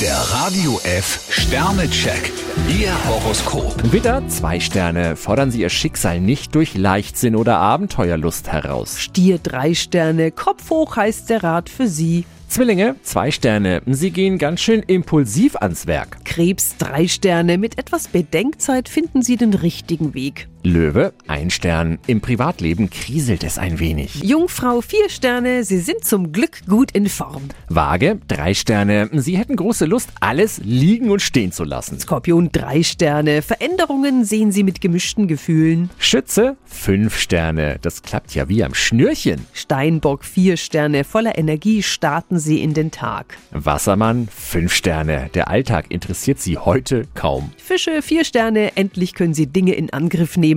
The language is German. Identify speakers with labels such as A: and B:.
A: Der Radio F Sternecheck. Ihr Horoskop.
B: Widder, zwei Sterne, fordern Sie Ihr Schicksal nicht durch Leichtsinn oder Abenteuerlust heraus.
C: Stier drei Sterne, Kopf hoch heißt der Rat für Sie.
B: Zwillinge, zwei Sterne, Sie gehen ganz schön impulsiv ans Werk.
C: Krebs drei Sterne, mit etwas Bedenkzeit finden Sie den richtigen Weg.
B: Löwe, ein Stern, im Privatleben kriselt es ein wenig.
C: Jungfrau vier Sterne, Sie sind zum Glück gut in Form.
B: Waage, drei Sterne, Sie hätten große Lust, alles liegen und stehen zu lassen.
C: Skorpion drei Sterne, Veränderungen sehen Sie mit gemischten Gefühlen.
B: Schütze, fünf Sterne, das klappt ja wie am Schnürchen.
C: Steinbock vier Sterne, voller Energie starten Sie in den Tag.
B: Wassermann, fünf Sterne, der Alltag interessiert Sie heute kaum.
C: Fische vier Sterne, endlich können Sie Dinge in Angriff nehmen.